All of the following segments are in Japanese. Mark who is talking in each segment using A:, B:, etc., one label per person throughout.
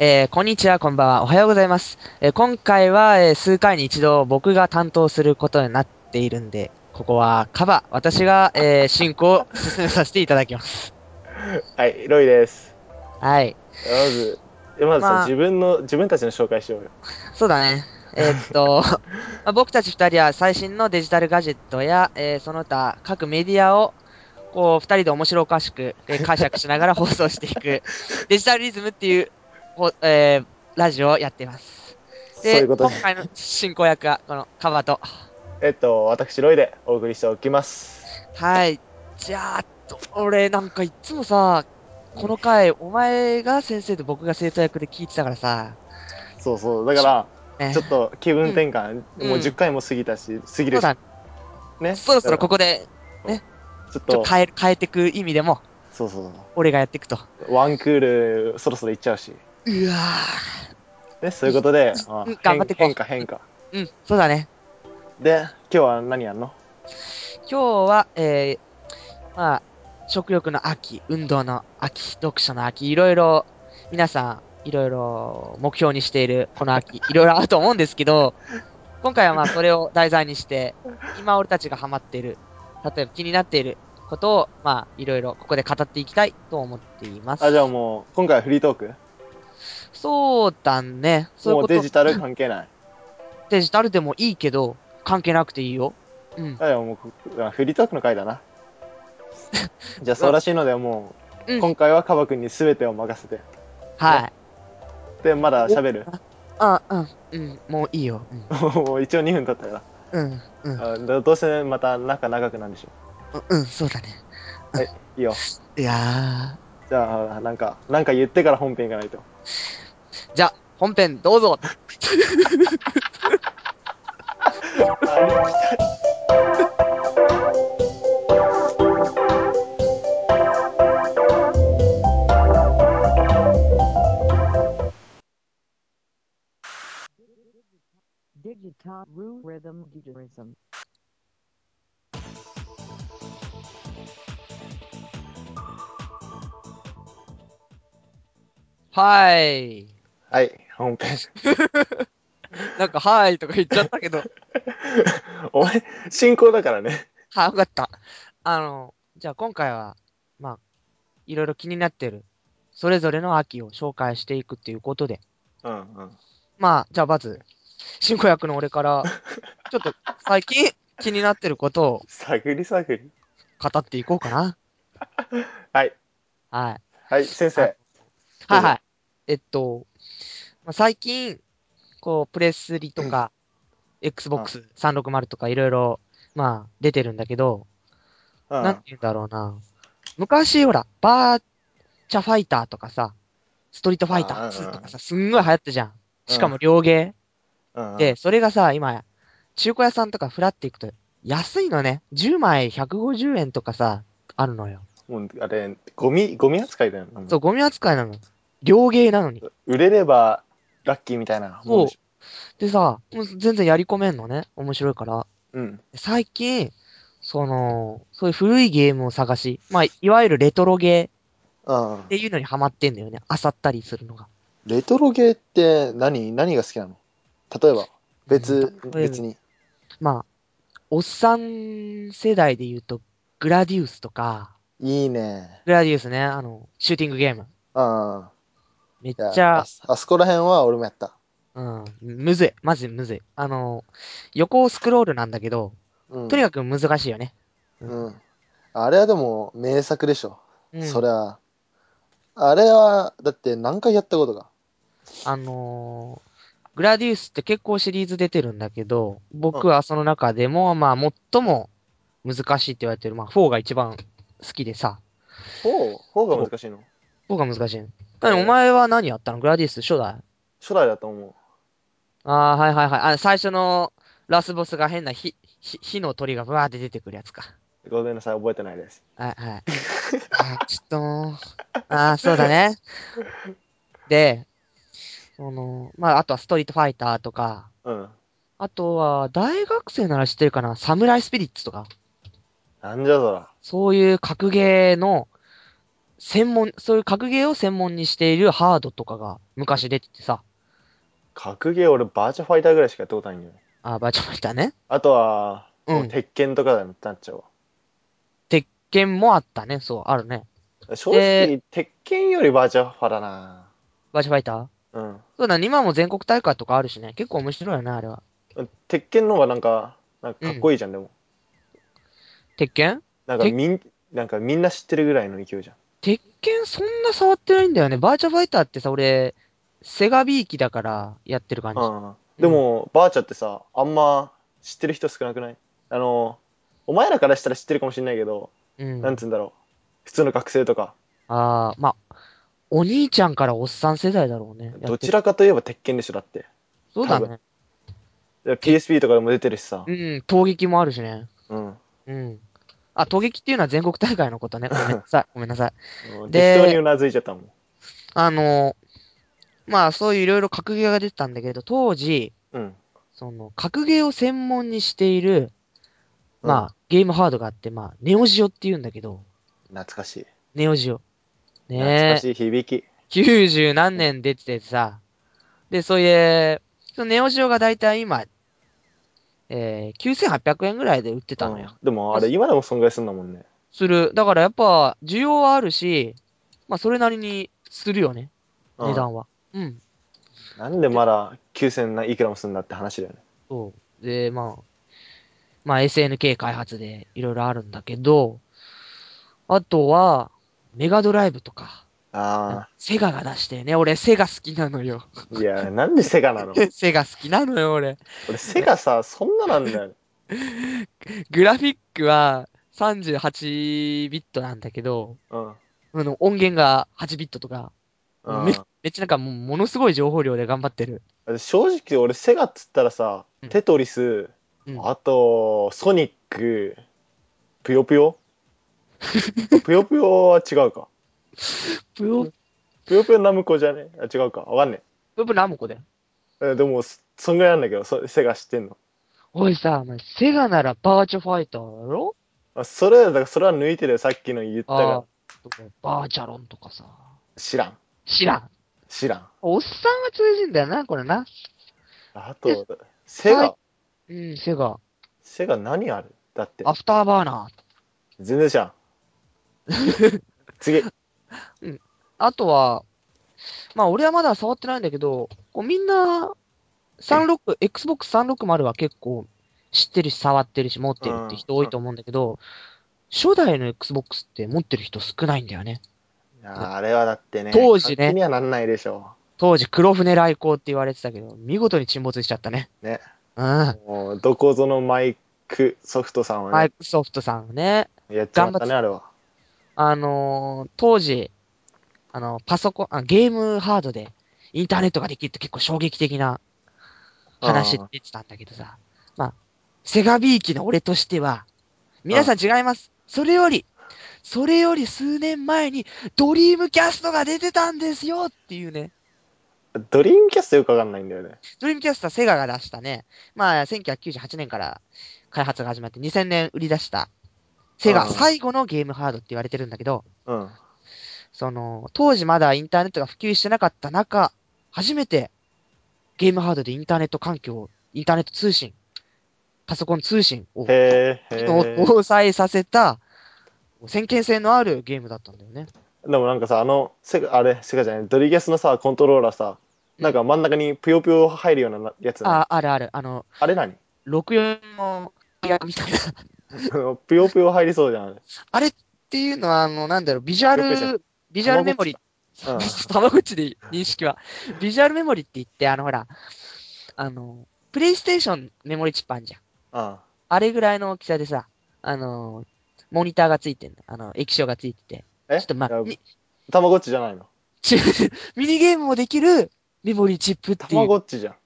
A: えーこんにちは、こんばんは、おはようございます。えー今回は、えー数回に一度僕が担当することになっているんで、ここはカバ、私が、えー進行を進めさせていただき ます。
B: はい、ロイです。
A: はい。
B: まず、えまずさ、
A: まあ
B: 自分の、自分たちの紹介しようよ。
A: そうだね。えーっと、 まあ僕たち二人は最新のデジタルガジェットや、えーその他各メディアを、こう、二人で面白おかしく、えー解釈しながら放送してい く、デジタルリズムっていう、ほえーラジオをやっています。
B: そう
A: で、
B: いうこと
A: 今
B: で。
A: 回の進行役は、このカバと、
B: えっと、私、ロイでお送りしておきます。
A: はい。じゃあ、俺なんかいつもさ、この回、お前が先生と僕が生徒役で聞いてたからさ、
B: そうそう。だか
A: ね
B: ら、ちょっと気分転換、
A: うん
B: もう10回も過ぎたし、過ぎ
A: そ
B: る
A: う
B: し、
A: だ、
B: ね。
A: そろそろこ
B: こ、
A: こで、
B: ちょっ
A: ちょっ
B: と
A: と、変える、変えてく意味でも、
B: そうそう
A: 俺がやっていくと。
B: そう。ワンクール、そろそろ行っちゃうし。
A: うわ
B: ね、そういうことで、あ
A: うん頑
B: 変
A: 張ってこう
B: 変化、変化。
A: ぁ。うん、そうだね。
B: で、今日は何やんの
A: 今日は、えー、まあ、食欲の秋、運動の秋、読書の秋、いろいろ、皆さん、いろいろ目標にしているこの秋、いろいろあると思うんですけど、今回はまあそれを題材にして、今俺たちがハマっている、例えば気になっていることを、まあいろいろここで語っていきたいと思っています。
B: あ、じゃあもう、今回はフリートーク
A: そうだね。そういう
B: もう
A: こと
B: デジタル関係ない。
A: デジタルでもいいけど、関係なくていいよ。うん。
B: あ、でももう、あフリートークの回 だな。じゃあ、そうらしいので、もう、
A: うん
B: 今回はカバ君に全てを任せて。
A: はい。
B: で、まだ喋る。
A: あ、うん、うん、もういいよ。うん
B: もう一応2分経ったか
A: うん、うん、
B: ら。あどどうせまた仲長くなるんでしょ。
A: うん、そうだね。
B: いいよ。
A: いや
B: じゃあ、なんか、なんか言ってから本編行かない と。
A: ー。じゃあ、本編どうぞ
C: Digital rhythm digitalism.
A: はーい。
B: はい、本編。
A: なんか、はーいとか言っちゃったけ ど。
B: お前、進行だからね。
A: は、よかった。あの、じゃあ今回は、まあ、いろいろ気になってる、それぞれの秋を紹介していくっていうことで。
B: うんうん。
A: まあ、じゃあまず、進行役の俺 から、ちょっと最近気になってることを
B: 探り探り。
A: 語っていこうかな。
B: はい。
A: はい。
B: はい、先生。
A: はいはい。えっと、まあ、最近、こう、プレスリとか、Xbox 360とかいろいろ、まあ、出てるんだけど、
B: うん。
A: なんて言うんだろうな。昔、ほら、バーチャファイターとかさ、ストリートファイター
B: あー
A: 2とかさ、すんごい流行ったじゃん。しかも両ゲ
B: うんう
A: ー。
B: ん
A: で、それがさ、今、中古屋さんとかフラっていくと、安いのね。10枚150円とかさ、あるのよ。
B: もう、あれ、ゴミ、ゴミ扱いだよ。もう
A: そう、ゴミ扱いなの。両ゲーなのに。
B: 売れれば、ラッキーみたいなもんでし
A: でさ、もう全然やり込めんのね。面白いから。
B: ょ。うん。
A: 最近、その、そういう古いゲームを探し、まあ、いわゆるレトロゲ
B: うん
A: ーっ。ていうのにハマってんだよね。漁ったりするのが。
B: レトロゲーって何何が好きなの例えば別
A: うん
B: 別に
A: まあ、おっさん世代で言うと、グラディウスとか、
B: いいね
A: グラディウスね、あの、シューティングゲーム。
B: あ
A: めっ
B: あ
A: ちゃ
B: あ、あそこら辺は俺もやった
A: うん、むずい。マジでむずい。あの、横スクロールなんだけど、
B: うん
A: とにかく難しいよね。
B: うんあれはでも名作でしょ、
A: うん、
B: そりゃあれはだって何回やったことか
A: あのーグラディウスって結構シリーズ出てるんだけど、僕はその中でも、まあ、最も難しいって言われてる、まあ、4が一番好きでさ、
B: ほうほうが難しいの
A: 4が難しいの。だからお前は何やったのグラディウス初代
B: 初代だと思う
A: ああー、はいはいはい。あ最初のラスボスが変な火、火火の鳥がブワーって出てくるやつか。
B: ごめんなさい覚えてないです
A: はいはい。あーちょっともう、ああ、そうだね。で、その、まあ、あとはストリートファイターとか、
B: うん
A: あとは、大学生なら知ってるかなサムライスピリッツとか。
B: なんじゃそら
A: そういう格ゲーの、専門、そういう格ゲーを専門にしているハードとかが昔出ててさ、
B: 格ゲー俺バーチャファイターぐらいしかやったことないんだよね。
A: あ、バーチャファイターね。
B: あとは、
A: う
B: も
A: ん。
B: 鉄拳とかだなっちゃうわ。
A: 鉄拳もあったね、そう、あるね。
B: 正直、鉄拳よりバーチャファだな
A: バーチャファイター
B: うん。
A: そうだね、今も全国大会とかあるしね、結構面白いよね、あれは。
B: 鉄拳の方がなんか、なんかかっこいいじゃん、でも。
A: 鉄拳
B: なんかみん、なんかみんな知ってるぐらいの勢いじゃん。
A: 鉄拳そんな触ってないんだよね。バーチャファイターってさ、俺、セガビーキだからやってる感じ。
B: うん。でも、バーチャってさ、あんま知ってる人少なくないあの、お前らからしたら知ってるかもしれないけど、
A: うん。
B: なんつうんだろう。普通の学生とか、
A: ああ、まあ、お兄ちゃんからおっさん世代だろうね。
B: どち
A: ら
B: らかといえば鉄拳でしょ、だって。
A: そうだね。
B: で PSP とかでも出てるしさ
A: う。ん、闘撃もあるしね。
B: うん。
A: うん。あ、闘撃っていうのは全国大会のことね。ごめんな さい。ごめんなさい。
B: うん
A: で
B: 適当にうなずいちゃったもん。
A: あの、まあ、そういういろいろ格ゲーが出てたんだけど、当時、
B: うん。
A: その、格ゲーを専門にしている、まあ、ゲームハードがあって、まあ、ネオジオって言うんだけど、
B: 懐かしい。
A: ネオジオ。
B: 懐
A: ね
B: か
A: え、
B: しい響き。
A: 90何年出ててさ、で、それ、そのネオジオがだいたい今、えー、9800円ぐらいで売ってたのよ。
B: うんでもあれ、今でも損害すんだもんね。
A: する。だからやっぱ、需要はあるし、まあ、それなりにするよね、
B: うん
A: 値段は。うん。
B: なんでまだ9000ないくらもすんだって話だよね。
A: そう。で、まあ、まあ SNK 開発でいろいろあるんだけど、あとは、メガドライブとか、
B: あ
A: セガが出してね、俺セガ好きなのよ。
B: あ、いや、なんでセガなの
A: セガ好きなのよ、俺。
B: 俺、セガさ、そんななんだよ。
A: グラフィックは38ビットなんだけど、
B: うん。
A: あの音源が8ビットとか、
B: うん
A: めめっちゃなんかもうものすごい情報量で頑張ってる。
B: 正直俺、セガっつったらさ
A: うん、
B: テトリス、
A: うん
B: あと、ソニック、ぷよぷよ ぷよぷよは違うか。
A: ぷよ
B: ぷよぷよナムコじゃねあ、違うか。わかんね
A: ぷよぷよナムコで。
B: え。えでも、そそんぐらいなんだけど、そセガ知ってんの。
A: おいさ、お前セガならバーチャファイターだろ
B: あそれは、だからそれは抜いてるよ、さっきの言った
A: あ
B: が
A: あ。バーチャロンとかさ。
B: 知らん。
A: 知らん。
B: 知らん。
A: おっさんが通じんだよな、これな。
B: あと、セガ、
A: はいうん、セガ。
B: セガ何あるだって
A: ア。フターバーナー。
B: 全然知 らん。次。
A: あとは、まあ俺はまだ触ってないんだけど、こうみんな、36、Xbox360 は結構知ってるし、触ってるし、持ってるって人多いと思うんだけど、初代の Xbox って持ってる人少ないんだよね。
B: いやあれはだってね、
A: 当時ね
B: 勝手にはなんないでしょ
A: 当時、黒船来航って言われてたけど、見事に沈没しちゃったね。
B: ね。
A: うん。
B: う。もう、どこぞのマイクソフトさんは
A: マイ
B: ね、
A: クソフトさんね、
B: やっちまった
A: 頑張っ
B: ね、あれは。
A: あのー当時、あの、パソコンあ、ゲームハードでインターネットができるって結構衝撃的な話
B: あ
A: 出てたんだけどさ、まあ、セガビーキの俺としては、皆さん違います。それより、それより数年前にドリームキャストが出てたんですよっていうね。
B: ドリームキャストよくわかんないんだよね。
A: ドリームキャストはセガが出したね。まあ、1998年から開発が始まって2000年売り出した、セガ
B: うん
A: 最後のゲームハードって言われてるんだけど、
B: うん。
A: その、当時まだインターネットが普及してなかった中、初めてゲームハードでインターネット環境を、インターネット通信、パソコン通信を、
B: へえ、へ
A: のを
B: え。
A: 搭載させた、先見性のあるゲームだったんだよね。
B: でもなんかさ、あの、セガ、あれ、セガじゃない、ドリキャスのさ、コントローラーさ、なんか真ん中にぷよぷよ入るようなやつね、
A: あ、あるある。あの、
B: あれ何
A: 64の役みたいな。
B: ぷよぷよ入りそうじゃん、あれ。
A: あれっていうのは、あの、なんだろう、ビジュア
B: よくじゃん
A: ル、ビジュアルメモリー。
B: うん
A: たまごっちで認識は。ビジュアルメモリーって言って、あの、ほら、あの、プレイステーションメモリーチップあんじゃん。
B: うん。
A: あれぐらいの大きさでさ、あのーモニターがついてんの。あの、液晶がついてて。
B: え
A: ちょっとま
B: いや、
A: み
B: たまごっちじゃないの
A: ちミニゲームもできるメモリーチップったて
B: ま
A: いう。
B: ごっちじゃん。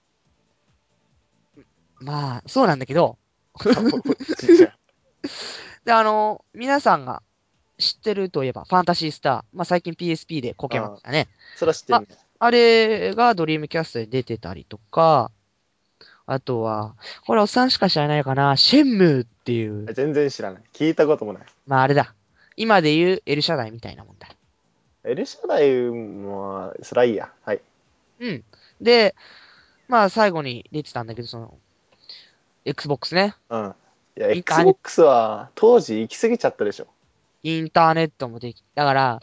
A: まあ、そうなんだけど、
B: たまごっちじゃん。
A: で、あのー皆さんが知ってるといえば、ファンタシースター。まあ、最近 PSP でコケましたね。
B: そら知ってんね。
A: あれがドリームキャストで出てたりとか、あとは、これおっさんしか知らないかな、シェンムーっていう、
B: 全然知らない。聞いたこともない。
A: まああれだ。今で言うエルシャダイみたいなもんだ。
B: エルシャダイも、それはいいや。はい。
A: うん。で、まあ最後に出てたんだけど、その、Xbox ね。
B: うん。いや、
A: いい感じ
B: Xbox は当時行き過ぎちゃったでしょ。
A: インターネットもでき、だから、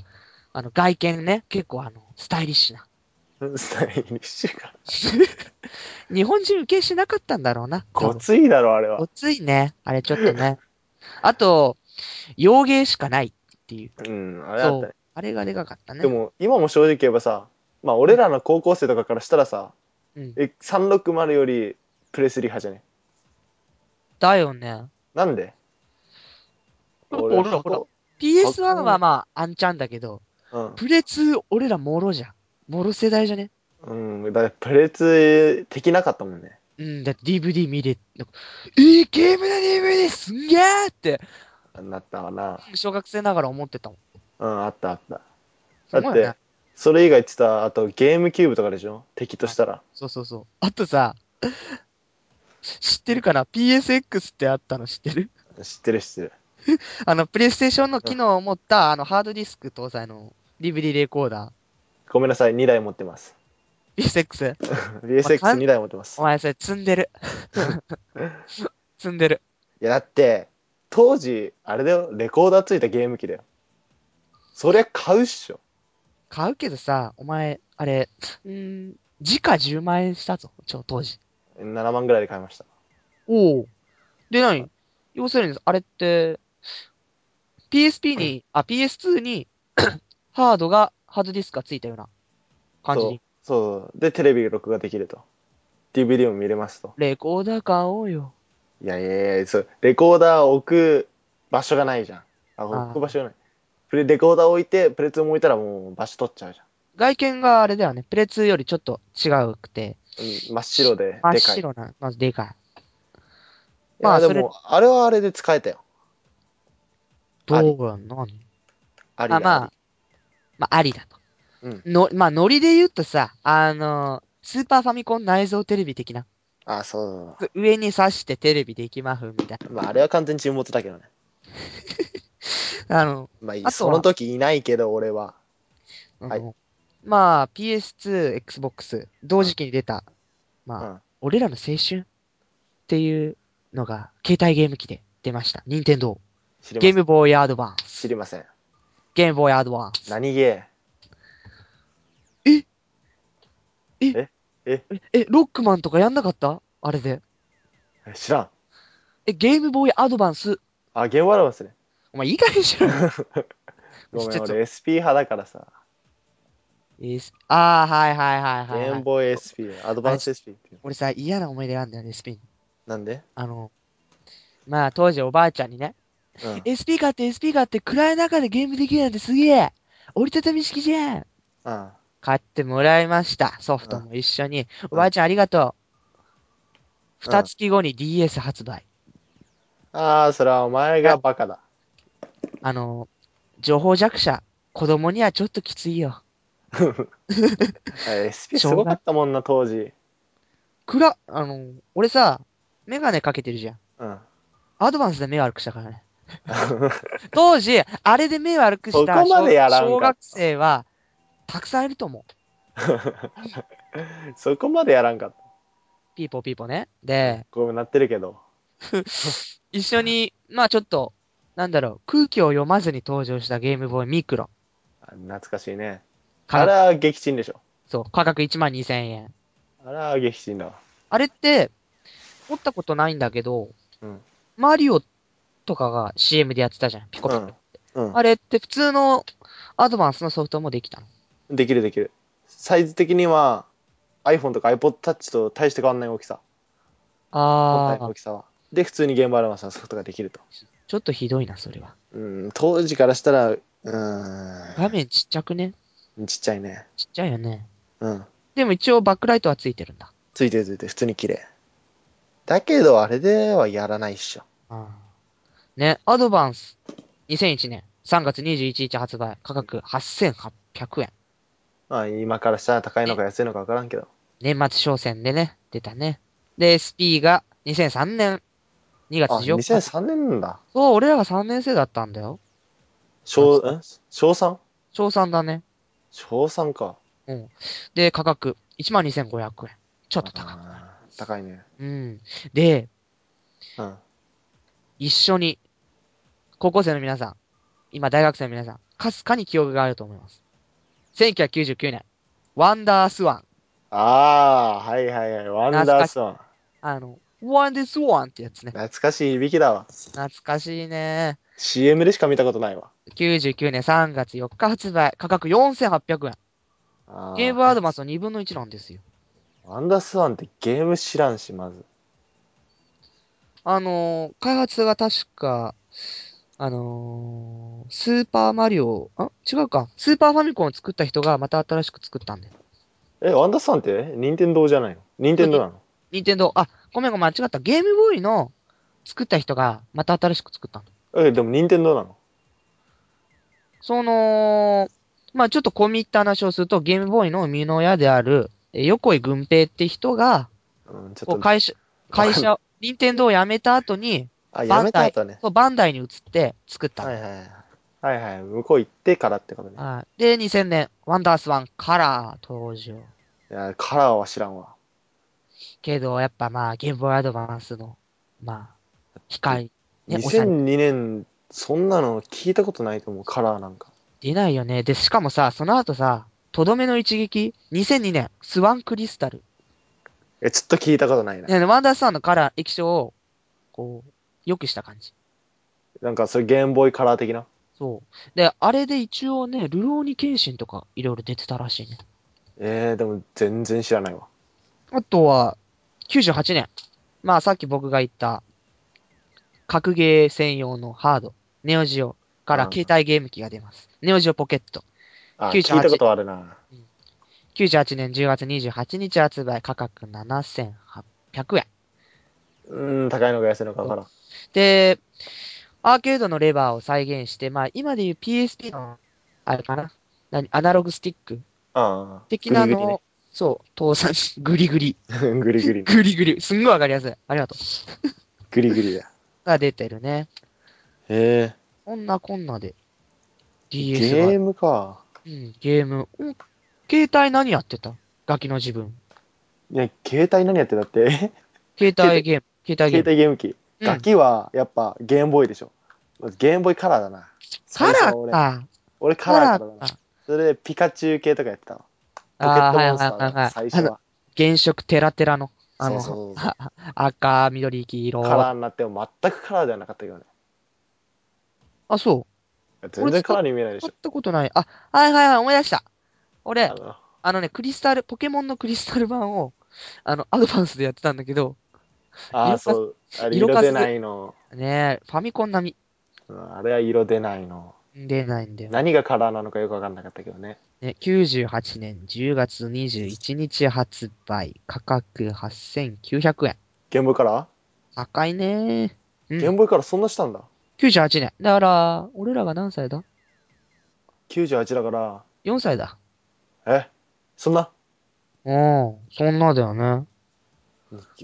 A: あの、外見ね、結構あの、スタイリッシュな。
B: スタイリッシュが。
A: 日本人受けしなかったんだろうな。
B: ごついだろ、あれは
A: ご。ついね。あれちょっとね。あと、洋芸しかないっていう。
B: うん、あれだ
A: そ
B: ったね
A: う。。あれがでかかったね。
B: でも、今も正直言えばさ、まあ、俺らの高校生とかからしたらさ、
A: うん。
B: え360よりプレスリー派じゃね
A: だよね。
B: なんで
A: 俺らほら PS1 はまあ、あんちゃんだけど、
B: うん
A: プレ2、俺らもろじゃん。もろ世代じゃね。
B: うん、だからプレツできなかったもんね。
A: うん、だって DVD 見れ、なんかえー、ゲームの DVD すんげーって、
B: なったわな。
A: 小学生ながら思ってたもん。
B: うん、あったあった。
A: す
B: だっ
A: ごいよ
B: て
A: ね。、
B: それ以外言ってた、あとゲームキューブとかでしょ敵としたら。
A: そうそうそう。あとさ、知ってるかな ?PSX ってあったの知ってる
B: 知ってる知ってる。
A: あの、プレイステーションの機能を持った、あの、ハードディスク搭載の DVD レコーダ
B: ごめんなさい、2台持ってます。
A: ー。PSX?まあかん
B: BSX2 台持ってます。
A: お前それ積んでる。積んでる。
B: いや、だって、当時、あれだよ、レコーダーついたゲーム機だよ。そりゃ買うっしょ。
A: 買うけどさ、お前、あれ、うーん、時価10万円したぞ、ちょ、当時。
B: 7万ぐらいで買いました。
A: おお。で、何要するに、あれって、PSP に、あ、PS2 に、 ハードが、ハードディスクがついたような感じ
B: そう
A: に。。
B: そう。で、テレビ録画できると。DVD も見れますと。
A: レコーダー買おうよ。
B: いやいやいや、そう、レコーダーを置く場所がないじゃん。あ、
A: ー
B: 置く場所がない。プレレコーダー置いて、プレツを置いたらもう場所取っちゃうじゃ
A: 外見があれだよね。プレ2よりちょっと違うくて。
B: ん。うん真っ白で、
A: 真っ
B: でかい。
A: 白な、まずでかい。ま
B: ま
A: あ
B: あでも、あれはあれで使えたよ。あり
A: どうやんの
B: あり
A: あ、
B: だ
A: まあ、まあ、ありだと。
B: うん
A: の、まあ、ノリで言うとさ、あの、スーパーファミコン内蔵テレビ的な。
B: あ。あ、そう
A: 上に挿してテレビできまふみたい
B: まあ、あれは完全に沈没だけどね。
A: な。あの、
B: まあいい
A: あとは
B: その時いないけど、俺は。
A: あ
B: はい
A: のまあ、PS2、Xbox、同時期に出た、まあ、
B: うん
A: 俺らの青春っていうのが、携帯ゲーム機で出ました。任天堂。
B: 知りま
A: ゲ
B: せ
A: ー
B: ん。
A: ムボーイアドバンス。
B: 知りません。
A: ゲームボーイアドバンス。
B: 何ゲ
A: え、ロックマンとかやんなかったあれで。
B: ーえ知らん。
A: え、ゲームボーイアドバンス。
B: あ、ゲームアドバンスね。
A: お前、いい加減しろよ。
B: ごめ
A: ち
B: ん、
A: ょっと
B: 俺 SP 派だからさ。
A: えーああ、はいはいはい
B: ゲ
A: はい、
B: ー
A: は
B: ム
A: い。
B: ボーイ SP、アドバンス SP っていう。
A: 俺さ、嫌な思い出があるんだよね、SP に。
B: なんで
A: あの、まあ、当時おばあちゃんにね、
B: うん。
A: SP 買って SP 買って暗い中でゲームできるなんてすげえ折りたたみ式じゃん
B: うん。
A: 買ってもらいました。ソフトも一緒に。おばあちゃんありがとう。
B: うん
A: 二月後に DS 発売。
B: ああ、それはお前がバカだ。
A: あの、情報弱者。子供にはちょっときついよ。
B: えー SP すごかったもんな、当時。
A: 暗、あの、俺さ、メガネかけてるじゃん。
B: うん。
A: アドバンスで目悪くしたからね。当時、あれで目悪くした
B: そこまでやらんかった
A: 小学生は、たくさんいると思う。
B: そこまでやらんかっ
A: ピーポーピーポーね。
B: た。
A: で、
B: ごめん、なってるけど。
A: 一緒に、まあちょっと、なんだろう、空気を読まずに登場したゲームボーイミクロ。
B: あ懐かしいね。
A: 価
B: あ
A: 格
B: れは撃沈でしょ。
A: そう、価格1万2000円。
B: あれは撃沈だわ。
A: あれって、持ったことないんだけど、
B: うん
A: マリオとかが CM でやってたじゃん、ピコピコ。
B: うん。
A: あれって普通のアドバンスのソフトもできたの。
B: うん。できるできる。サイズ的には iPhone とか iPod Touch と大して変わんない大きさ。本
A: あ
B: 体の
A: ー
B: 大、きさは。で、普通にゲームアドバンスのソフトができると。
A: ちょっとひどいな、それは。
B: うん、当時からしたら、う
A: 画
B: ー
A: 面ちっちゃくね。
B: ん、ちっちゃいね。
A: ちっちゃいよね。
B: うん。
A: でも一応バックライトはついてるんだ。
B: ついてるついてる、普通に綺麗。だけど、あれではやらないっしょ。
A: ね、アドバンス。2001年3月21日発売。価格8800円。
B: まあ、今からしたら高いのか安いのか分からんけど。
A: 年末商戦でね、出たね。で、SP が2003年2月
B: あ、
A: 14日。
B: 2003年なんだ。
A: そう、俺らが3年生だったんだよ。
B: 小、
A: あ
B: ん小 3?
A: 小3だね。
B: 小3か。
A: で、価格、12,500円。ちょっと高くな
B: あー高いね。
A: る。うん。で、
B: うん。
A: 一緒に、高校生の皆さん、今大学生の皆さん、かすかに記憶があると思います。1999年、ワンダースワン。
B: ああー、はいはいはい。ワンダースワン。
A: あの、ワンダースワンってやつね。
B: 懐かしい響きだわ。
A: 懐かしいね。
B: CM でしか見たことないわ。
A: 99年3月4日発売、価格4800円。
B: あ
A: ゲームアドバンスの2分の1なんですよ。
B: ワンダースワンってゲーム知らんし、まず。
A: あのー開発が確か、あのースーパーマリオ、あ違うか。スーパーファミコンを作った人がまた新しく作ったんで。
B: え、ワンダースワンって任天堂じゃないの任天堂なの
A: 任天堂あ、ごめんごめん、間違った。ゲームボーイの作った人がまた新しく作ったんだ。
B: え、でも任天堂なの
A: その、まあちょっと込み入った話をすると、ゲームボーイの生みの親である、え横井軍平って人が、
B: うん、ちょ
A: こ
B: っ
A: う
B: と。
A: 会社、会社を、任天堂を辞めた後に、
B: あ、やめた後ね。
A: そうバンダイに移って作ったんだ
B: はいはいはい。はいはい。向こう行ってからってことね。
A: はい。で、2000年、ワンダースワンカラー登場。
B: いや、カラーは知らんわ。
A: けど、やっぱまあ、ゲームボーイアドバンスの、まあ、光、ね、おしゃれ
B: 2002年、そんなの聞いたことないと思う、カラーなんか。
A: 出ないよね。で、しかもさ、その後さ、とどめの一撃、2002年、スワンクリスタル。
B: え、ちょっと聞いたことないな。
A: ね、ワンダースワンのカラー、液晶を、こう、良くした感じ。
B: なんか、それゲームボーイカラー的な。
A: そう。で、あれで一応ね、ルローニケンシンとか、いろいろ出てたらしいね。
B: えー、でも全然知らないわ。
A: あとは、98年。まあ、さっき僕が言った、格ゲー専用のハード、ネオジオから
B: うん
A: 携帯ゲーム機が出ます。ネオジオポケット。
B: あ、
A: 98
B: 聞いたことあるな。
A: 98年10月28日発売、価格7800円。
B: うーん、高いのか安いのかわからん。
A: で、アーケードのレバーを再現して、まあ、今でいう PSP の、あれかな何アナログスティック
B: ああ。
A: 的なのを、
B: の
A: そう、倒産 し、グリグリ。
B: グリグリね。
A: グリグリ。すんごいわかりやすい。ありがとう。
B: グリグリだ。
A: が出てるね。
B: へ
A: こんなこんなで。
B: え。
A: DS が
B: ゲームか。
A: うん、ゲーム。うん携帯何やってたガキの自分。
B: いや、携帯何やってた って。
A: 携帯 ゲーム。携帯ゲ
B: 携
A: ーム。
B: 帯ゲーム機。
A: うん
B: ガキは、やっぱ、ゲームボーイでしょ。まずゲームボーイカラーだな。
A: カ
B: 最
A: ラ
B: 初は
A: ー
B: 俺
A: か。
B: 俺カ
A: カ
B: ラー
A: ラ
B: からだ
A: ー
B: な。
A: か。
B: それで、ピカチュウ系とかやってたわ。ポケ
A: あ
B: ッ
A: あ、
B: ト
A: はいは
B: モンスタ
A: いはい
B: ー
A: は
B: だ
A: い。
B: 最
A: あ
B: 初
A: の
B: は。
A: 原色テラテラの。あ
B: そう
A: の、
B: そうそうそう。
A: あ赤、緑、黄色。
B: カラーになっても全くカラーではなかったけどね。
A: あ、そ
B: 全然カラーに見えないで
A: う。
B: し
A: 買
B: ょ
A: っ。たことない。あ、はいはいはい、思い出した。俺
B: あ、の
A: あのね、クリスタル、ポケモンのクリスタル版を、あの、アドバンスでやってたんだけど、
B: あ
A: 色
B: ー、
A: 数
B: そう。あれ
A: 色
B: 色
A: 数
B: 出ないの。
A: ねえ、ファミコン並
B: うんあれは色出ないの。
A: み、出ないんだよ。
B: 何がカラーなのかよくわかんなかったけどね。
A: ね、98年10月21日発売、価格8900円。
B: ゲームボーイカラ
A: 高いね
B: ー
A: ー。
B: ゲー
A: うん、
B: ムボーイカラーそんなしたんだ。
A: 98年。だから、俺らが何歳だ
B: 98だから、
A: ?4 歳だ。
B: えそんな
A: うん、そんなだよね。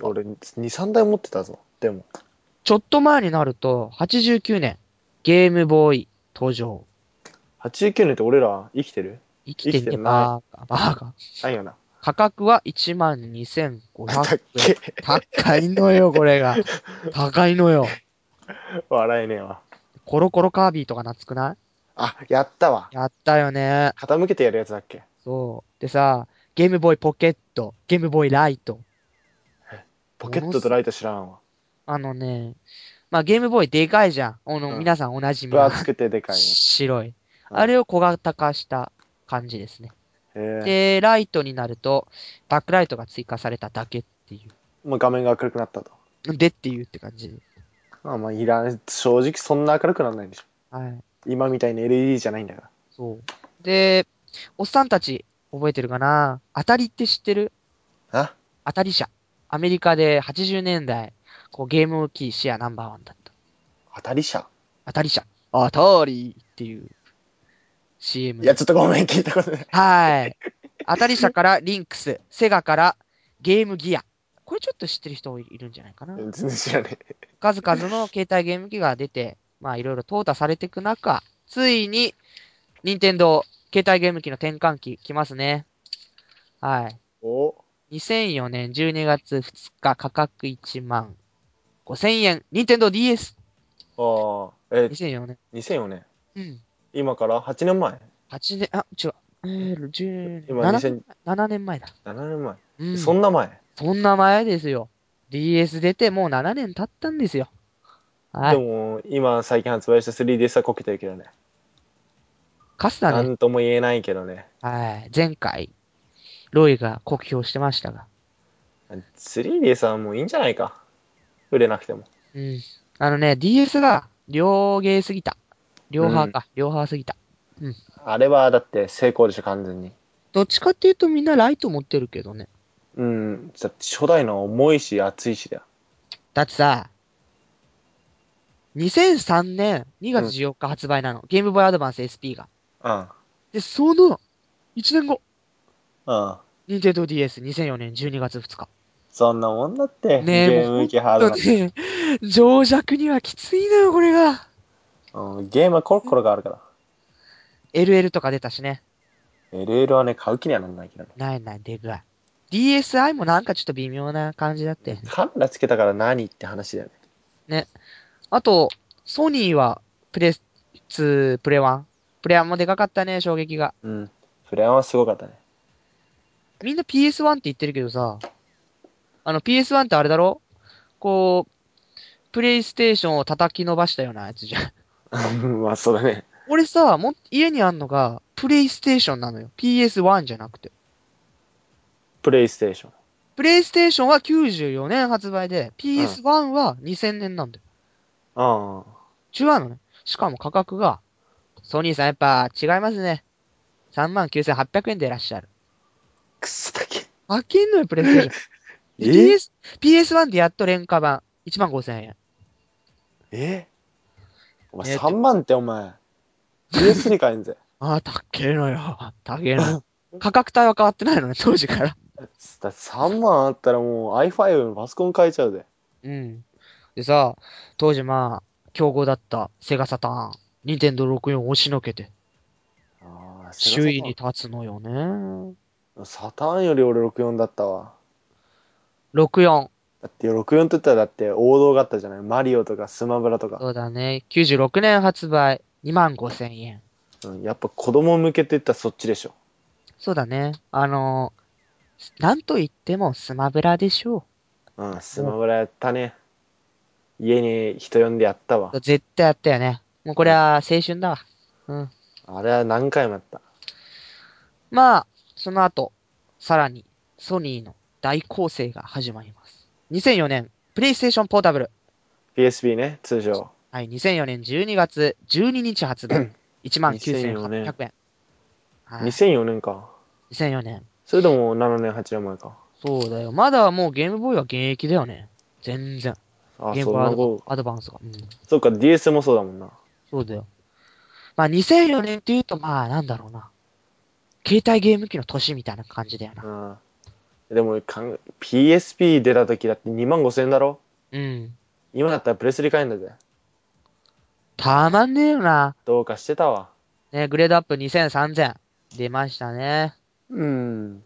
B: 俺、2、3台持ってたぞ。でも。
A: ちょっと前になると、89年、ゲームボーイ登場。
B: 89年って俺ら生きてる
A: 生きて
B: 生きて
A: みて
B: ない
A: バーガー。バーガー。
B: ないよな。
A: 価格は12,500
B: だっ
A: 円。
B: け
A: 高いのよ、これが。高いのよ。
B: 笑えねえわ。
A: コロコロカービィとか懐くな
B: あ、やったわ。
A: いやったよね。
B: 傾けてやるやつだっけ
A: そう。でさ、ゲームボーイポケット、ゲームボーイライト。
B: ポケットとライト知らんわ。
A: あのね、まあゲームボーイでかいじゃん。あの、
B: うん
A: 皆さんおなじみ
B: 分
A: の
B: 厚くてでかいね。
A: 白い。
B: うん
A: あれを小型化した感じですね。
B: へえ。
A: で、ライトになると、バックライトが追加されただけってい
B: もう画面が明るくなったと。
A: う。でっていうって感じ。
B: まあまあ、いらん。正直そんな明るくならないでしょ。
A: はい。
B: 今みたいに LED じゃないんだから。
A: そう。で、おっさんたち、覚えてるかな当たりって知ってる
B: あ
A: 当たり社。アメリカで80年代、こうゲーム機シェアナンバーワンだった。
B: 当たり者
A: 当たり者。当たりっていう CM
B: いや、
A: で
B: ちょっとごめん、聞いたことない。
A: はい。当たり者からリンクス、セガからゲームギア。これちょっと知ってる人いるんじゃないかな。
B: 全然知らねえ。
A: 数々の携帯ゲーム機が出て、まあいろいろ淘汰されていく中、ついに、任天堂携帯ゲーム機の転換期来ますね。はい。
B: お
A: 2004年12月2日、価格1万5000円。任天堂 d s
B: ああ、え、
A: 2004年。
B: 2004年。
A: うん。
B: 今から8年前
A: 8年、あ、違う。えー、10
B: 今
A: 7
B: 2000
A: 年前 ,7 年前だ。
B: ?7 年前。
A: うん。
B: そんな前、
A: そんな前ですよ。DS 出てもう7年経ったんですよ。は
B: で
A: い。
B: も、今最近発売した 3DS はこけてるけどね。
A: カス
B: な
A: だね。
B: んとも言えないけどね。
A: はい。前回、ロイが酷評してましたが。
B: 3DS はもういいんじゃないか。売れなくても。
A: うん。あのね、DS が、両ゲーすぎた。両派か。両派すぎた。
B: あれはだって成功でしょ、完全に。
A: どっちかっていうとみんなライト持ってるけどね。
B: うん。だって初代のは重いし、熱いしだよ。
A: だってさ、2003年2月14日発売なの。ゲームボーイアドバンス SP が。
B: うん。
A: で、その1年後、
B: うん。
A: 任天堂 d s 2 0 0 4年12月2日。
B: そんなもんだって。
A: ねえ
B: ゲーム機ハードなんて
A: ね、情弱にはきついのよ、これが。
B: うん、ゲームはコロコロがあるから。
A: LL とか出たしね。
B: LL はね、買う気にはならないけどね。
A: ないない、出具合。DSi もなんかちょっと微妙な感じだって。
B: カメラつけたから何って話だよね。
A: あと、ソニーは、プレス2、プレワン。プレワンもでかかったね、衝撃が。
B: うん。フレアはすごかったね。
A: みんな PS1 って言ってるけどさ、あの PS1 ってあれだろこう、プレイステーションを叩き伸ばしたようなやつじゃん。
B: まあ、そうだね。
A: 俺さ、も、家にあんのが、プレイステーションなのよ。PS1 じゃなくて。
B: プレイステーション。
A: プレイステーションは94年発売で、PS1 は2000年なんだよ。
B: あ
A: 違うのね。しかも価格が、ソニーさんやっぱ違いますね。39,800円でいらっしゃる。
B: あ。くそだけ。
A: あけんのよ、プレイステーション。
B: え
A: PS、PS1 でやっと廉価版。1万5千円。
B: えお前
A: えーと
B: 3万ってお前。PS に買えんぜ。
A: ああ、たっけえのよ。たっけえ の。価格帯は変わってないのね、当時から。
B: だって3万あったらもう i5 のパソコン買えちゃうぜ。
A: うん。でさ、当時まあ、競合だったセガサターン、ニンテンドー64を押しのけて、
B: ああ、
A: 周囲に立つのよね。
B: サターンより俺64だったわ。
A: 64。
B: だって64って言ったらだって王道があったじゃない。マリオとかスマブラとか。
A: そうだね。96年発売、2万5千円。
B: うん、やっぱ子供向けって言ったらそっちでしょ。
A: そうだね。あのーなんと言ってもスマブラでしょ
B: うん、スマブラやったね。家に人呼んでやったわ
A: う。。絶対やったよね。もうこれは青春だわ。うん。
B: あれは何回もやった。
A: まあ、その後、さらに、ソニーの大攻勢が始まります。2004年、プレイステーションポータブル。
B: PSP ね、通常。
A: はい、2004年12月12日発 売。19,800円。はい、
B: 2004年か。
A: 2004年。
B: それでも7年、8年前か。
A: そうだよ。まだもうゲームボーイは現役だよね。全然。
B: あ、
A: ゲーム
B: そん
A: ボーイア
B: な
A: ド
B: こ
A: バアドバンスが。うん。
B: と。そっか、DS もそうだもんな。
A: そうだよ。まあ2004年って言うと、まあなんだろうな。携帯ゲーム機の年みたいな感じだよな。
B: うん。でもかん、PSP 出た時だって2万5千円だろ
A: うん。
B: 今だったらプレスリ買えんだぜ。
A: たまんねえよな。
B: どうかしてたわ。
A: ね、グレードアップ2000、3000。出ましたね。
B: うん。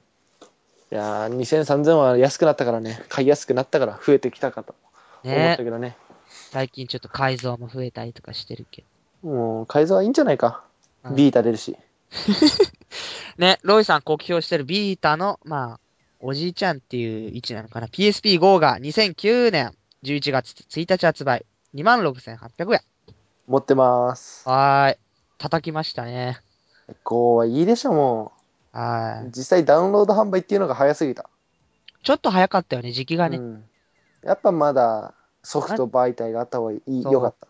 B: いやー、2000、3000は安くなったからね。買いやすくなったから増えてきたかと思った
A: ね
B: けどね。
A: 最近ちょっと改造も増えたりとかしてるけ
B: もう、改造はいいんじゃないか。
A: うん
B: ビータ出るし。
A: ど。ね、ロイさん酷評してるビータの、まあ、おじいちゃんっていう位置なのかな。PSP5 が2009年11月1日発売。26,800円。
B: 持ってます。
A: はーい。叩きましたね。
B: こうはいいでしょ、も
A: は
B: う
A: ーい。。
B: 実際ダウンロード販売っていうのが早すぎた。
A: ちょっと早かったよね、時期がね。
B: うん、やっぱまだソフト媒体があった方がいい
A: そう
B: よかった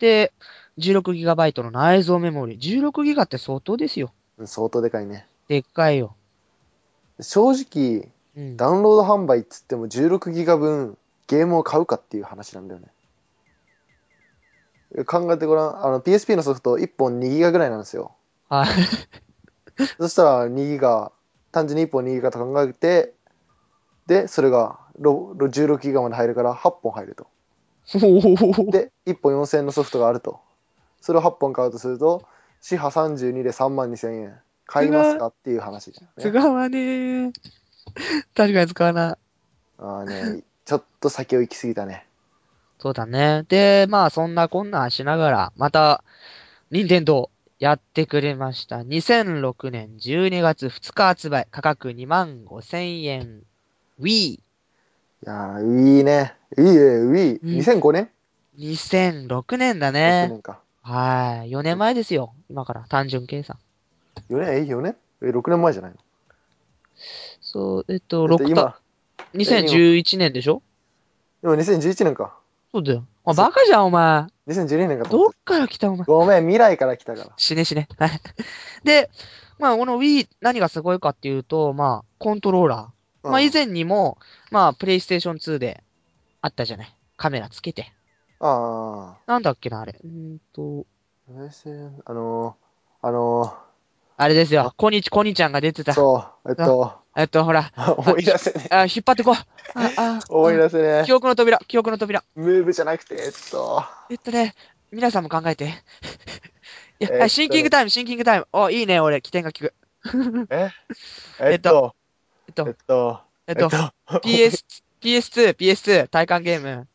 A: で、16GB の内蔵メモリ。16GB って相当ですよ。
B: うん相当でかいね
A: でっかいよ。
B: 正直
A: うん。
B: ダウンロード販売っつっても16ギガ分ゲームを買うかっていう話なんだよね考えてごらんあの PSP のソフト1本2ギガぐらいなんですよ
A: はい。
B: そしたら2ギガ単純に1本2ギガと考えてでそれがロロ16ギガまで入るから8本入ると
A: おー
B: で1本4000円のソフトがあるとそれを8本買うとするとシハ32で3万2000円。買いますかっていう話だよ
A: 使
B: ね。
A: わねえ。確かに使わない。
B: ああね、ちょっと先を行き過ぎたね。
A: そうだね。で、まあそんなこんなんしながら、また、任天堂やってくれました。2006年12月2日発売、価格2万5千円。Wii。
B: いやー、Wii ね。Wii ね、Wii。
A: うん
B: 2005年
A: 2006年だ
B: ?6
A: ね。
B: 年か。
A: はい。4年前ですよ。今から。単純計算。
B: 4年え、4年え、6年前じゃないの
A: そう、えっと、
B: だって
A: 6
B: 今
A: た、、2011年でしょ
B: 今2011年か。
A: そうだよ。あ、バカじゃん、お前。
B: 2012年かと
A: ど
B: 思
A: っ
B: った。
A: から来た、お前。
B: ごめん、未来から来たから。
A: 死ね死ね。はい。 で、まあ、この Wii、何がすごいかっていうと、まあ、コントローラー。まあ、
B: うん
A: 以。前にも、まあ、プレイステーション2であったじゃない。カメラつけて。
B: あ
A: なんだっけな、あれ。うーんと、
B: あ。冷静あのー、あの
A: あれですよ。コニチ、コニちゃんが出て
B: ー、
A: た。
B: そう、えっと、
A: えっと、ほら、
B: 思い出せね。
A: あ引っ張ってこう。あ、あ、
B: 思い
A: あ
B: 出せね
A: 記。憶の扉、記憶の扉。
B: ムーブじゃなくて、えっと、
A: えっとね、皆さんも考えて。いや、
B: えっと
A: は
B: ね
A: いシンキングタイム、シンキングタイム。お、いいね、俺、起点が効く。
B: え
A: え
B: え
A: っ
B: っと
A: と、えっと
B: えっ、と、
A: えっと、PS、PS2、PS2、体感ゲーム。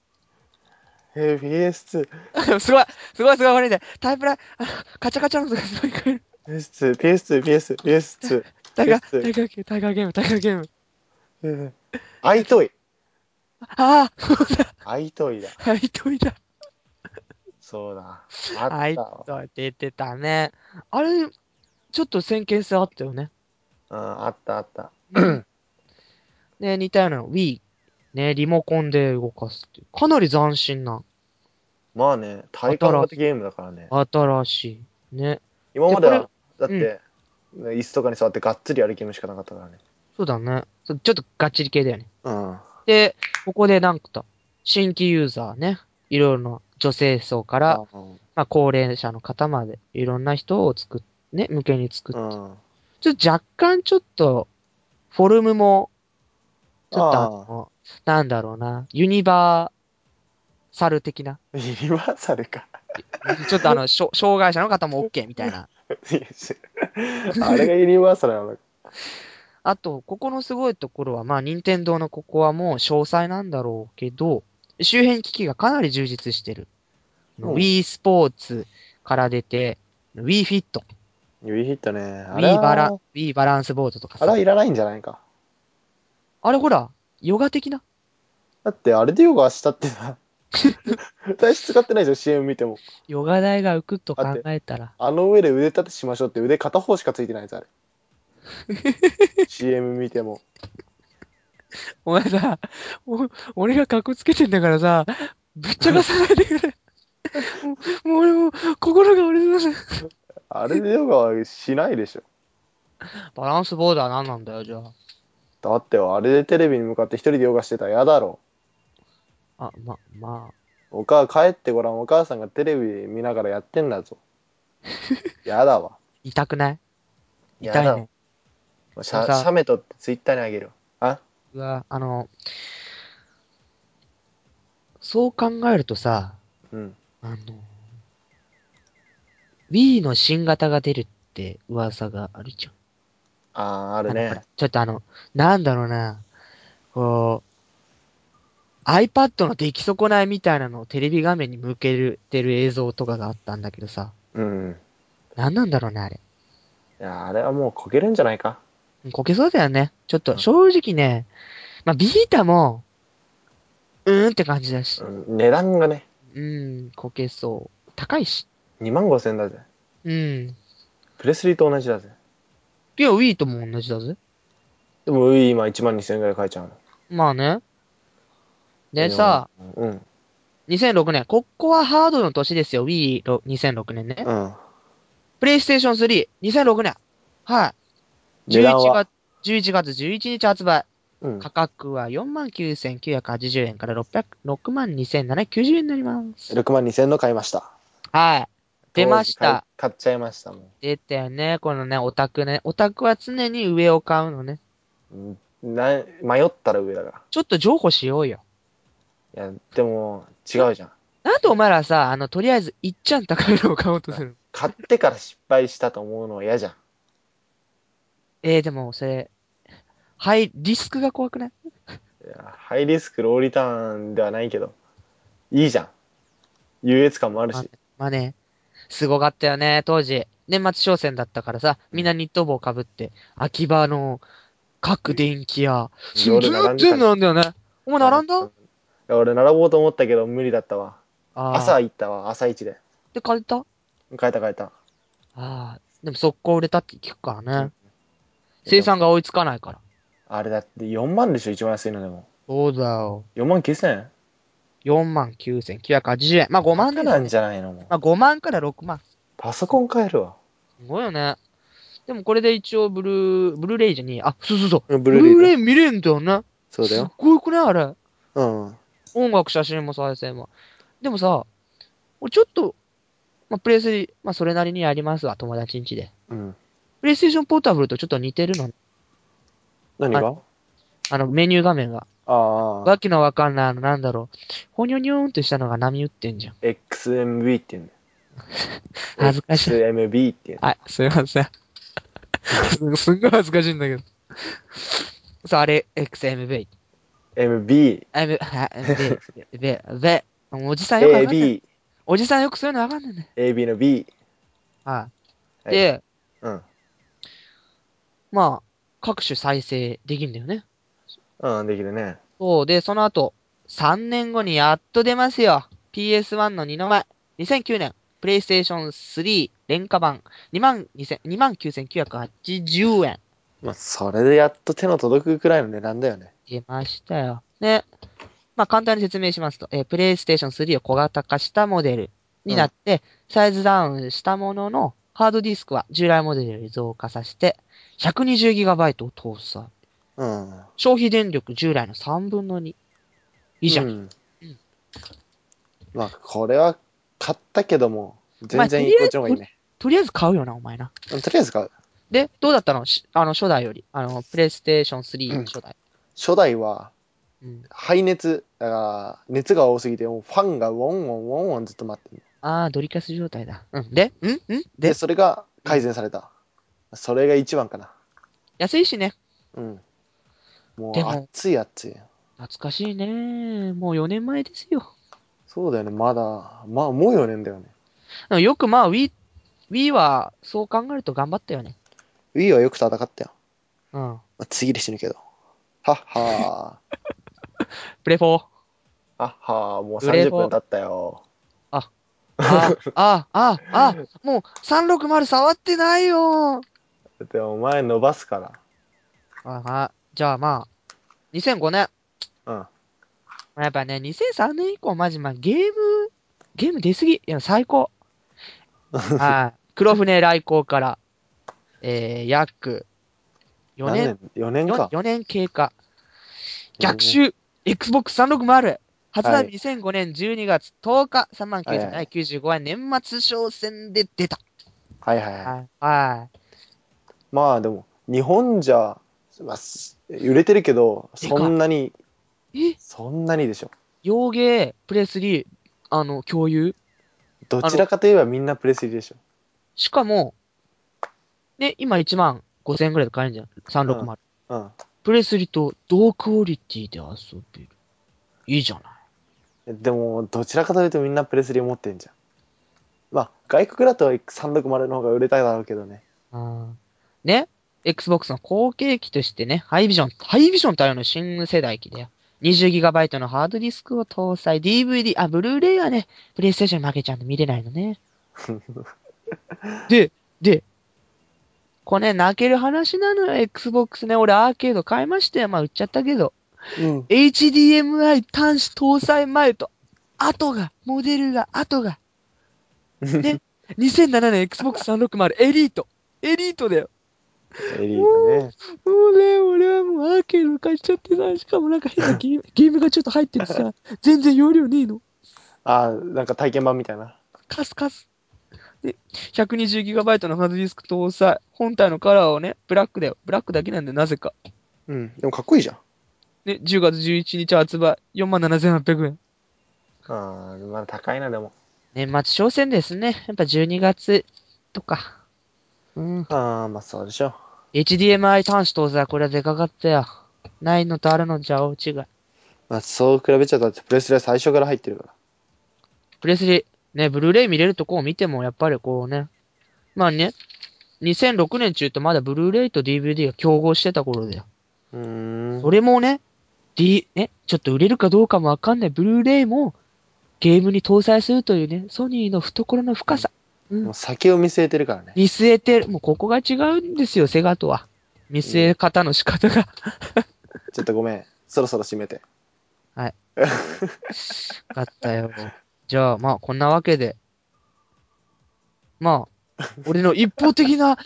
B: え、PS2、
A: すごい、すごい、すごい、これね、タイプライ、あの、カチャカチャの音がすごい来る。
B: PS2、PS2、PS2、PS2
A: タイガー、タ
B: です
A: イガーゲーム、タイガーゲーム、タイガーゲーム。
B: うん。 あいとい。
A: ああ、そうだ、
B: あいといだ。
A: あいといだ。
B: そうだ。あった
A: あい
B: わ。
A: とい出てたね。あれ、ちょっと先見性あったよね。
B: うん、あったあった。
A: ね、似たようなの、Wii。ね、リモコンで動かすっていう。かなり斬新な。
B: まあね、体感型ゲームだからね。
A: 新しい。ね。
B: 今までは、だっ
A: れ
B: て、椅子とかに座ってがっつりやるゲームしかなかったからね。
A: そうだね。そうちょっとガッチリ系だよね。
B: うん。
A: で、ここでなんか、新規ユーザーね。いろいろな女性層から、
B: うん
A: まあ、高齢者の方までいろんな人を作っ、ね、向けに作って、
B: うん。
A: ちょっと若干ちょっと、フォルムも、ちょっとあの、なんだろうな、ユニバーサル的 な、
B: ユニバーサルか。
A: ちょっとあの、しょ障害者の方も OK みたいな。
B: あれがユニバーサルなのか。
A: あと、ここのすごいところは、まあ、任天堂のここはもう詳細なんだろうけど、周辺機器がかなり充実してる。
B: うん
A: Wii スポーツから出て、Wii Fit、
B: ユニヒットね。あれ
A: Wii バラ
B: は、、
A: Wii バランスボードとか
B: あ
A: さ
B: れはいらないんじゃないか。
A: あれほら、ヨガ的な
B: だって、あれでヨガしたっ てさ、大して使ってないじゃん、CM 見ても。
A: ヨガ代が浮くと考えたら、
B: あの上で腕立てしましょうって腕片方しかついてないやつあ れ CM 見ても
A: お前さ、お俺が格好つけてんだからさ、ぶっちゃかさないでくれ。 もう、もう俺も、心が折れてます。
B: あれでヨガはしないでしょ
A: バランスボードは何なんだよ、じゃ
B: だってあれでテレビに向かって一人でヨガしてたら嫌だろ
A: あ。あ、ま、ま
B: お母帰ってごらんお母さんがテレビ見ながらやってんだ ぞやだわ
A: あ、痛くない
B: や
A: 痛
B: だ
A: いね。
B: し
A: でも
B: ゃ
A: さ
B: 写メ撮ってツイッターにあげるあ
A: うわ、あの、そう考えるとさ、
B: うん
A: あの、Wii の新型が出るって噂があるじゃん。
B: あーある
A: あのほ
B: ね
A: らちょっとあの、なんだろうな、こう、iPad の出来損ないみたいなのをテレビ画面に向けてる映像とかがあったんだけどさ、
B: うん
A: なんなんだろうね、あれ。
B: いやあれはもうこけるんじゃないか
A: こけそうだよね。ちょっ
B: う
A: と、
B: ん
A: 正直ね、まあ、ビータも、うーんって感じだし
B: う、ん値段がね
A: うん、こけそう。高いし、
B: 2万5千だぜ
A: うん。
B: プレスリーと同じだぜ
A: いや、Wii とも同じだぜ。
B: でもうい今1万2千円ぐらい買えちゃうの
A: まあね。
B: い
A: で
B: いよ
A: さ、
B: うん
A: 2006年、ここはハードの年ですよ、Wii2006 年ね。
B: うん
A: プレイステーション3、2006年。はい。
B: 値段
A: 11
B: は
A: 月、11月11日発売。
B: うん
A: 価格は49,980円から600 62,790円になります。
B: 6万2000円の買いました。
A: はい。出まし
B: 当時
A: た。
B: 買い。買っちゃいましたも
A: 出たよね。このね、オタクね。オタクは常に上を買うのね。
B: ん。うんな迷ったら上だか
A: ちょっと譲歩しようよ。
B: ら。いや、でも、違うじゃん。
A: なんでお前らさ、あの、とりあえず、いっちゃん高いのを買おうとするの
D: 買ってから失敗したと思うのは嫌じゃん。
A: えー、でも、それ、はい、リスクが怖くない
D: いやハイリスクローリターンではないけど、いいじゃん。優越感もあるし。
A: まあね、すごかったよね、当時。年末商戦だったからさ、みんなニット帽被って、秋葉の各電気屋、す
D: 俺並ん
A: 全
D: でた
A: 然なんだよね。お前並んだ
D: いや俺並ぼうと思ったけど無理だったわ。
A: あー
D: 朝行ったわ、朝一で。
A: で借りたあ
D: 変えた変えた。
A: あー、でも速攻売れたって聞くからね。
D: うん
A: 生産が追いつかないから。
D: あれだって4万でしょ、一番安いのでも。
A: そうだよ。
D: 4万9000円
A: 49,980円。まあ5万だ
D: な
A: よ、
D: ん
A: ね。
D: じゃないのもう
A: まあ5万から6万。
D: パソコン買えるわ。
A: すごいよね。でもこれで一応ブルー、ブルーレイじゃに、あ、そうそうそう。
B: うん
A: ブ
B: ブ
A: ル
B: ル
A: ー
B: ー
A: レ
B: レ
A: イ
B: イで
A: 見れんだよね。
B: そうだ
A: す
B: よ。
A: っごいくね、あれ。
B: うん。
A: 音楽、写真も再生も。でもさ、俺ちょっと、まあ、プレイスリー、まあ、それなりにやりますわ、友達ん家で。
B: うん。
A: プレイステーションポータブルとちょっと似てるの。
B: 何
A: は
B: が
A: あの、メニュー画面が。
B: ああ。
A: わけのわかんない、あの、なんだろう。ほにょにょーんとしたのが波打ってんじゃん。
D: XMB って言うんだよ。
A: 恥ずかしい。
D: XMB って言うんだよ
A: はい、すいません。す すんごい恥ずかしいんだけど。さあ、あれ、XMV。
D: MB、
A: M、は、V、V、V。もうおじさんよくわかんない。
D: AB、
A: おじさんよくそういうのわかんないね。
D: AB の B。
A: はい。
D: はい
A: で、
D: うん。
A: まあ、各種再生できるんだよね。
D: うん、できるね。
A: そう、で、その後、3年後にやっと出ますよ。PS1 の2の前。2009年、PlayStation 3廉価版、29,980円。
B: まあ、それでやっと手の届くくらいの値段だよね。
A: 出ましたよ。で、まあ、簡単に説明しますと、えー PlayStation 3を小型化したモデルになって、サイズダウンしたものの、ハードディスクは従来モデルより増加させて、120GB を搭載。
B: うん。
A: 消費電力従来の3分の2。いいじゃん。
B: うん。まあ、これは買ったけども、
A: まあ
B: 全然こっちの方がいいね。
A: とりあえず買うよな、お前な。
B: うんとりあえず買う。
A: で、どうだったのしあの、初代より。あの、プレイステーション3初代。
B: 初代は、
A: うん。
B: 排熱、だから、熱が多すぎて、もうファンがウォンウォンウォンウォンずっと待ってる。
A: あー、ドリキャス状態だ。うん。で、んん
B: で、
A: で、
B: それが改善された。それが一番かな。
A: 安いしね。
B: うん。もう
A: でも
B: 熱い熱い。
A: 懐かしいね。もう4年前ですよ。
B: そうだよね、まだ、まあ、もう4年だよね。
A: でもよくまあ、Wii、Wii は、そう考えると頑張ったよね。
B: Wii はよく戦ったよ。
A: うん。
B: まあ、次で死ぬけど。はっはー。
A: プレフォー。
D: あはー、もう
A: グレー
D: 30
A: ゴー
D: 分経ったよ。
A: あ、あ、あ、あ、もう360触ってないよ。
D: だってお前伸ばすから。
A: ああじゃあまあ、2005年。
D: うん。
A: まあやっぱね、2003年以降、マジまあゲーム、ゲーム出すぎ。いや、最 高。はい。黒船来航から、えー、約4
B: 何
A: 年、
B: 年 ?4 年
A: 4,
B: か。
A: 年経過。逆襲、Xbox 360。発売日2005年12月10日、39,795円、年末商戦で出た。
B: はいはいはい。
A: はい。はい。
B: まあでも、日本じゃ、まあ、す売れてるけど、
A: でかい
B: そんなに、
A: え
B: そんなにでしょ。
A: 洋芸、プレスリー、あの、共有
B: どちらかといえばみんなプレスリーでしょ。
A: しかも、ね、今1万5000円ぐらいで買えるじゃん。360。
B: うん。
A: プレスリと同クオリティで遊べる。いいじゃない。
B: でも、どちらかというとみんなプレスリー持ってんじゃん。まあ、外国だと360の方が売れたいだろうけどね。
A: うんね ?Xbox の後継機としてね、ハイビジョン、ハイビジョン対応の新世代機だよ。20GB のハードディスクを搭載、DVD、あ、ブルーレイはね、プレイステーションに負けちゃうんで見れないのね。で、で、これね、泣ける話なのよ、Xbox ね。俺アーケード買いましたよ。まあ売っちゃったけど。
B: うん。
A: HDMI 端子搭載前と、後が、モデルが、後が。 ね、2007年 Xbox 360エリート。エリートだよ。
D: エリートね。
A: もうね、俺はもうアーケード買っちゃってさ、しかもなんか 変なゲーム、ゲームがちょっと入ってて さ、全然容量ねえの。
B: ああ、なんか体験版みたいな。
A: カスカス。で、120GB のハードディスク搭載。本体のカラーをね、ブラックだよ。ブラックだけなんだよ、なぜか。
B: うん。でもかっこいいじゃん。
A: ね、10月11日発売。47,800円。
D: あーまだ高いな、でも。
A: 年末商戦ですね。やっぱ12月とか。うん。
D: ああ、まあそうでしょ。
A: HDMI 端子搭載、これはでかかったよ。ないのとあるのじゃ大違い。
B: まあ、そう比べちゃったってプレスリーは最初から入ってるから。
A: プレスリー、ね、ブルーレイ見れるとこを見ても、やっぱりこうね。まあね、2006年中ってまだブルーレイと DVD が競合してた頃だよ。
B: うーん。
A: それもね、D、ね、ちょっと売れるかどうかもわかんないブルーレイもゲームに搭載するというね、ソニーの懐の深さ。うん
B: もう先を見据えてるからね。
A: 見据えてる。もうここが違うんですよ、セガとは。見据え方の仕方が。
B: ちょっとごめん。そろそろ閉めて。
A: だったよ。じゃあ、まあ、こんなわけで。まあ、俺の一方的な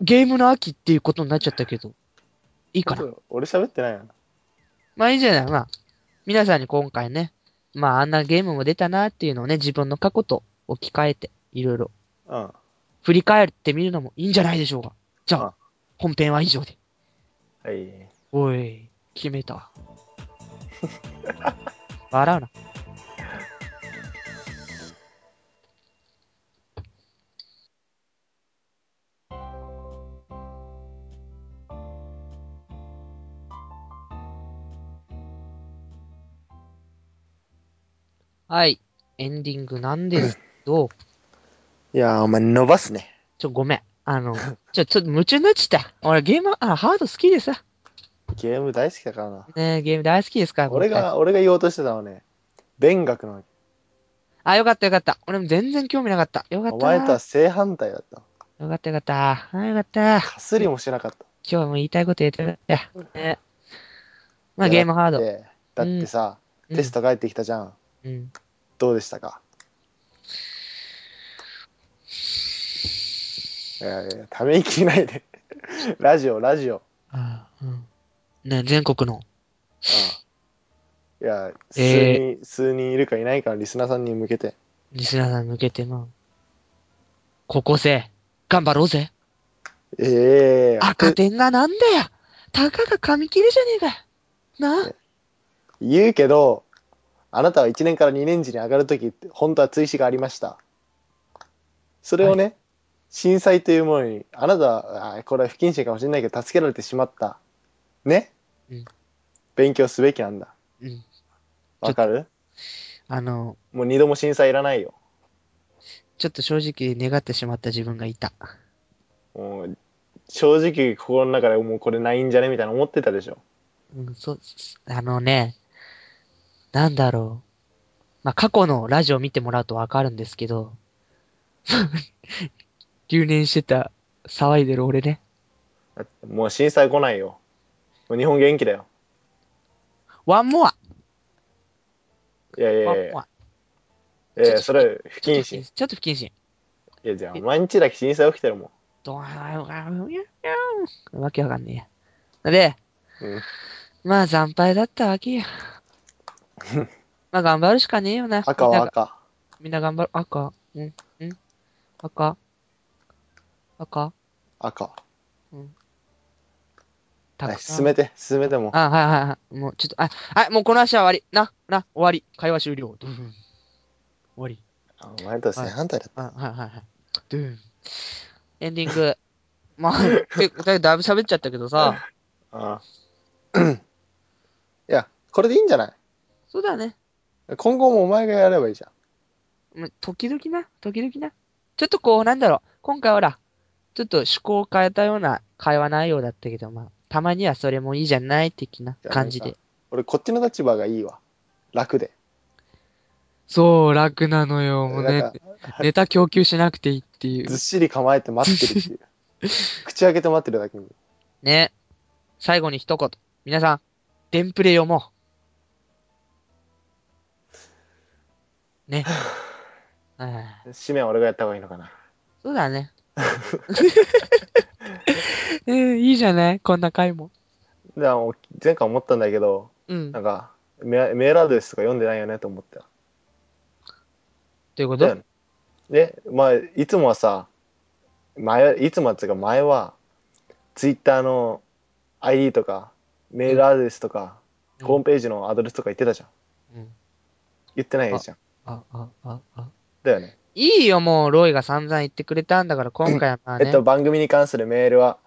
A: ゲームの秋っていうことになっちゃったけど。いいかな。
D: 俺喋ってないよな。
A: まあいいじゃない。まあ、皆さんに今回ね、まああんなゲームも出たなっていうのをね、自分の過去と置き換えて、いろいろ
D: うん。
A: 振り返ってみるのもいいんじゃないでしょうか。じゃあ
D: あ、
A: 本編は以上で。
D: はい。
A: おい、決めたわ。笑うな。はい、エンディングなんですけど、
B: いやー、お前伸ばすね。
A: ちょ、ごめん。あの、ちょ、ちょっと夢中になっちゃった。俺ゲーム、あ、ハード好きでさ。
D: ゲーム大好きだからな。
A: ねえゲーム大好きですから、
B: 俺
A: 今回。
B: が、俺が言おうとしてたのはね、勉学の、
A: あ、よかったよかった。俺も全然興味なかった。よかった。
B: お前とは正反対だった。
A: よかったよかった。あよかった。今
B: かすりもしなかった。
A: 日はもう言いたいこと言えてたよ。ね。まあ
B: いや
A: ゲームハード。
B: でだってさ、
A: うん
B: テスト帰ってきたじゃん。
A: うん。
B: どうでしたかいやいや、ため息ないで。 ラジオ、ラジオ。
A: ああうん。ね、全国の。
B: うんいや、数人、
A: え
B: 数人いるかいないかのリスナーさんに向けて。
A: リスナーさんに向けての、高校生、頑張ろうぜ。
B: ええ
A: 赤点がなんだよ。たかが紙切れじゃねえかよ。なあ。
B: 言うけど、あなたは1年から2年次に上がるとき、本当は追試がありました。それをね、震災というものに、あなたは、あこれは不謹慎かもしれないけど、助けられてしまった。ね、
A: うん
B: 勉強すべきなんだ。
A: うん。
B: わかる
A: あの、
B: もう二度も震災いらないよ。
A: ちょっと正直願ってしまった自分がいた。
D: もう、正直心の中でもうこれないんじゃねみたいな思ってたでしょ。
A: うん、そう、あのね、なんだろう。まあ、過去のラジオ見てもらうとわかるんですけど、 留年してた、騒いでる俺ね。
D: だってもう震災来ないよ。もう日本元気だよ。
A: ワンモア
D: いやい
A: ワ
D: やいや
A: ン
D: い
A: モア
D: やいや、それ不
A: ちょっ
D: 謹
A: と不
D: 慎
A: 謹。ちょっと不謹慎。
D: いやじゃあ、毎日だけ震災起きてるもん。
A: どうわけわかんねえや。で、
D: うん
A: まあ惨敗だったわけ よ。まあ頑張るしかねえよな。
B: 赤
A: みん
B: は
A: なが
B: 赤。
A: みんな頑張る。赤。うん。うん。赤。赤。
B: 赤。
A: た
B: は
A: く
B: い、
A: さん
B: 進めて、進めても。
A: あ、はいはいはい。もうちょっと、あ、あ、もうこの話は終わり。な、な、終わり。会話終了。ドゥーン。終わり。
B: お前とは正反対だった。
A: あ、はいはいはい。ドゥーン。エンディング。 まあ、てだだいぶ喋っちゃったけどさ、
D: あ
B: いや、これでいいんじゃな
A: そうだね。
B: い今後もお前がやればいいじゃん。
A: ま時々な、時々な。ちょっとこう、なんだろう。今回ほら、ちょっと趣向を変えたような会話内容だったけど、まあ、たまにはそれもいいじゃない的な感じ
B: いや
A: で
B: な。俺、こっちの立場がいいわ。楽で。
A: そう、楽なのよ。もう
B: な
A: ね
B: ん、か、
A: ネタ供給しなくていいっていう
B: ずっ。しり構えて待ってる っていう。口開けて待ってるだけに。
A: ね。最後に一言。皆さん、デンプレ読もう。 ね。ああ
D: 締めは俺がやった方がいいのかな。
A: そうだね。 うん、いいじゃないこんな回も。
D: じゃあ、前回思ったんだけど、
A: うん。
D: なん
A: ど
D: か、メメールアドレスとか読んでないよねと思った。
A: ういうこ
D: だよ
A: と
D: ね。で、まあ、いつもはさ、前、いつもはっていうか前は、ツイッターの ID とか、メールアドレスとか、
A: うん
D: ホームページのアドレスとか言ってたじゃん。
A: うん
B: 言ってないじゃん。
A: あ、あ、あ、あ。
B: だよね。
A: いいよ、もう、ロイが散々言ってくれたんだから、今回はまあ
B: え
A: ね。
B: っと、番組に関するメールは、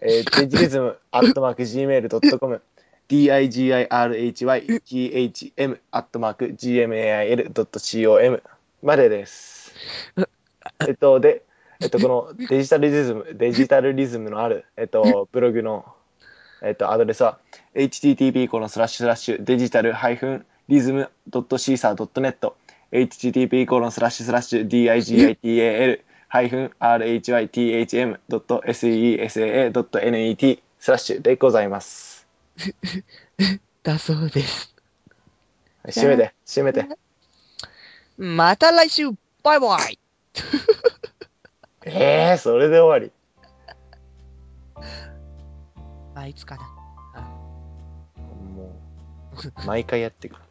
B: えー、デジリズム、アットマーク、gmail.com、digirhygm、アットマーク、gmail.com までです。えっと、で、えっと、このデジタルリズム、デジタルリズムのある、えっと、ブログの、えっと、アドレスは、http このスラッシュスラッシュデジタルハイフンリズムドットシーサードットネット http コロンスラッシュスラッシュ digital ハイフン rhythm ドット sesaa ドット net スラッシュでございます。
A: だそうです。
B: 締めて、締めて。
A: また来週バイバイ
B: ええー、それで終わり。
A: あ、いつかな。
B: もう、毎回やってくる。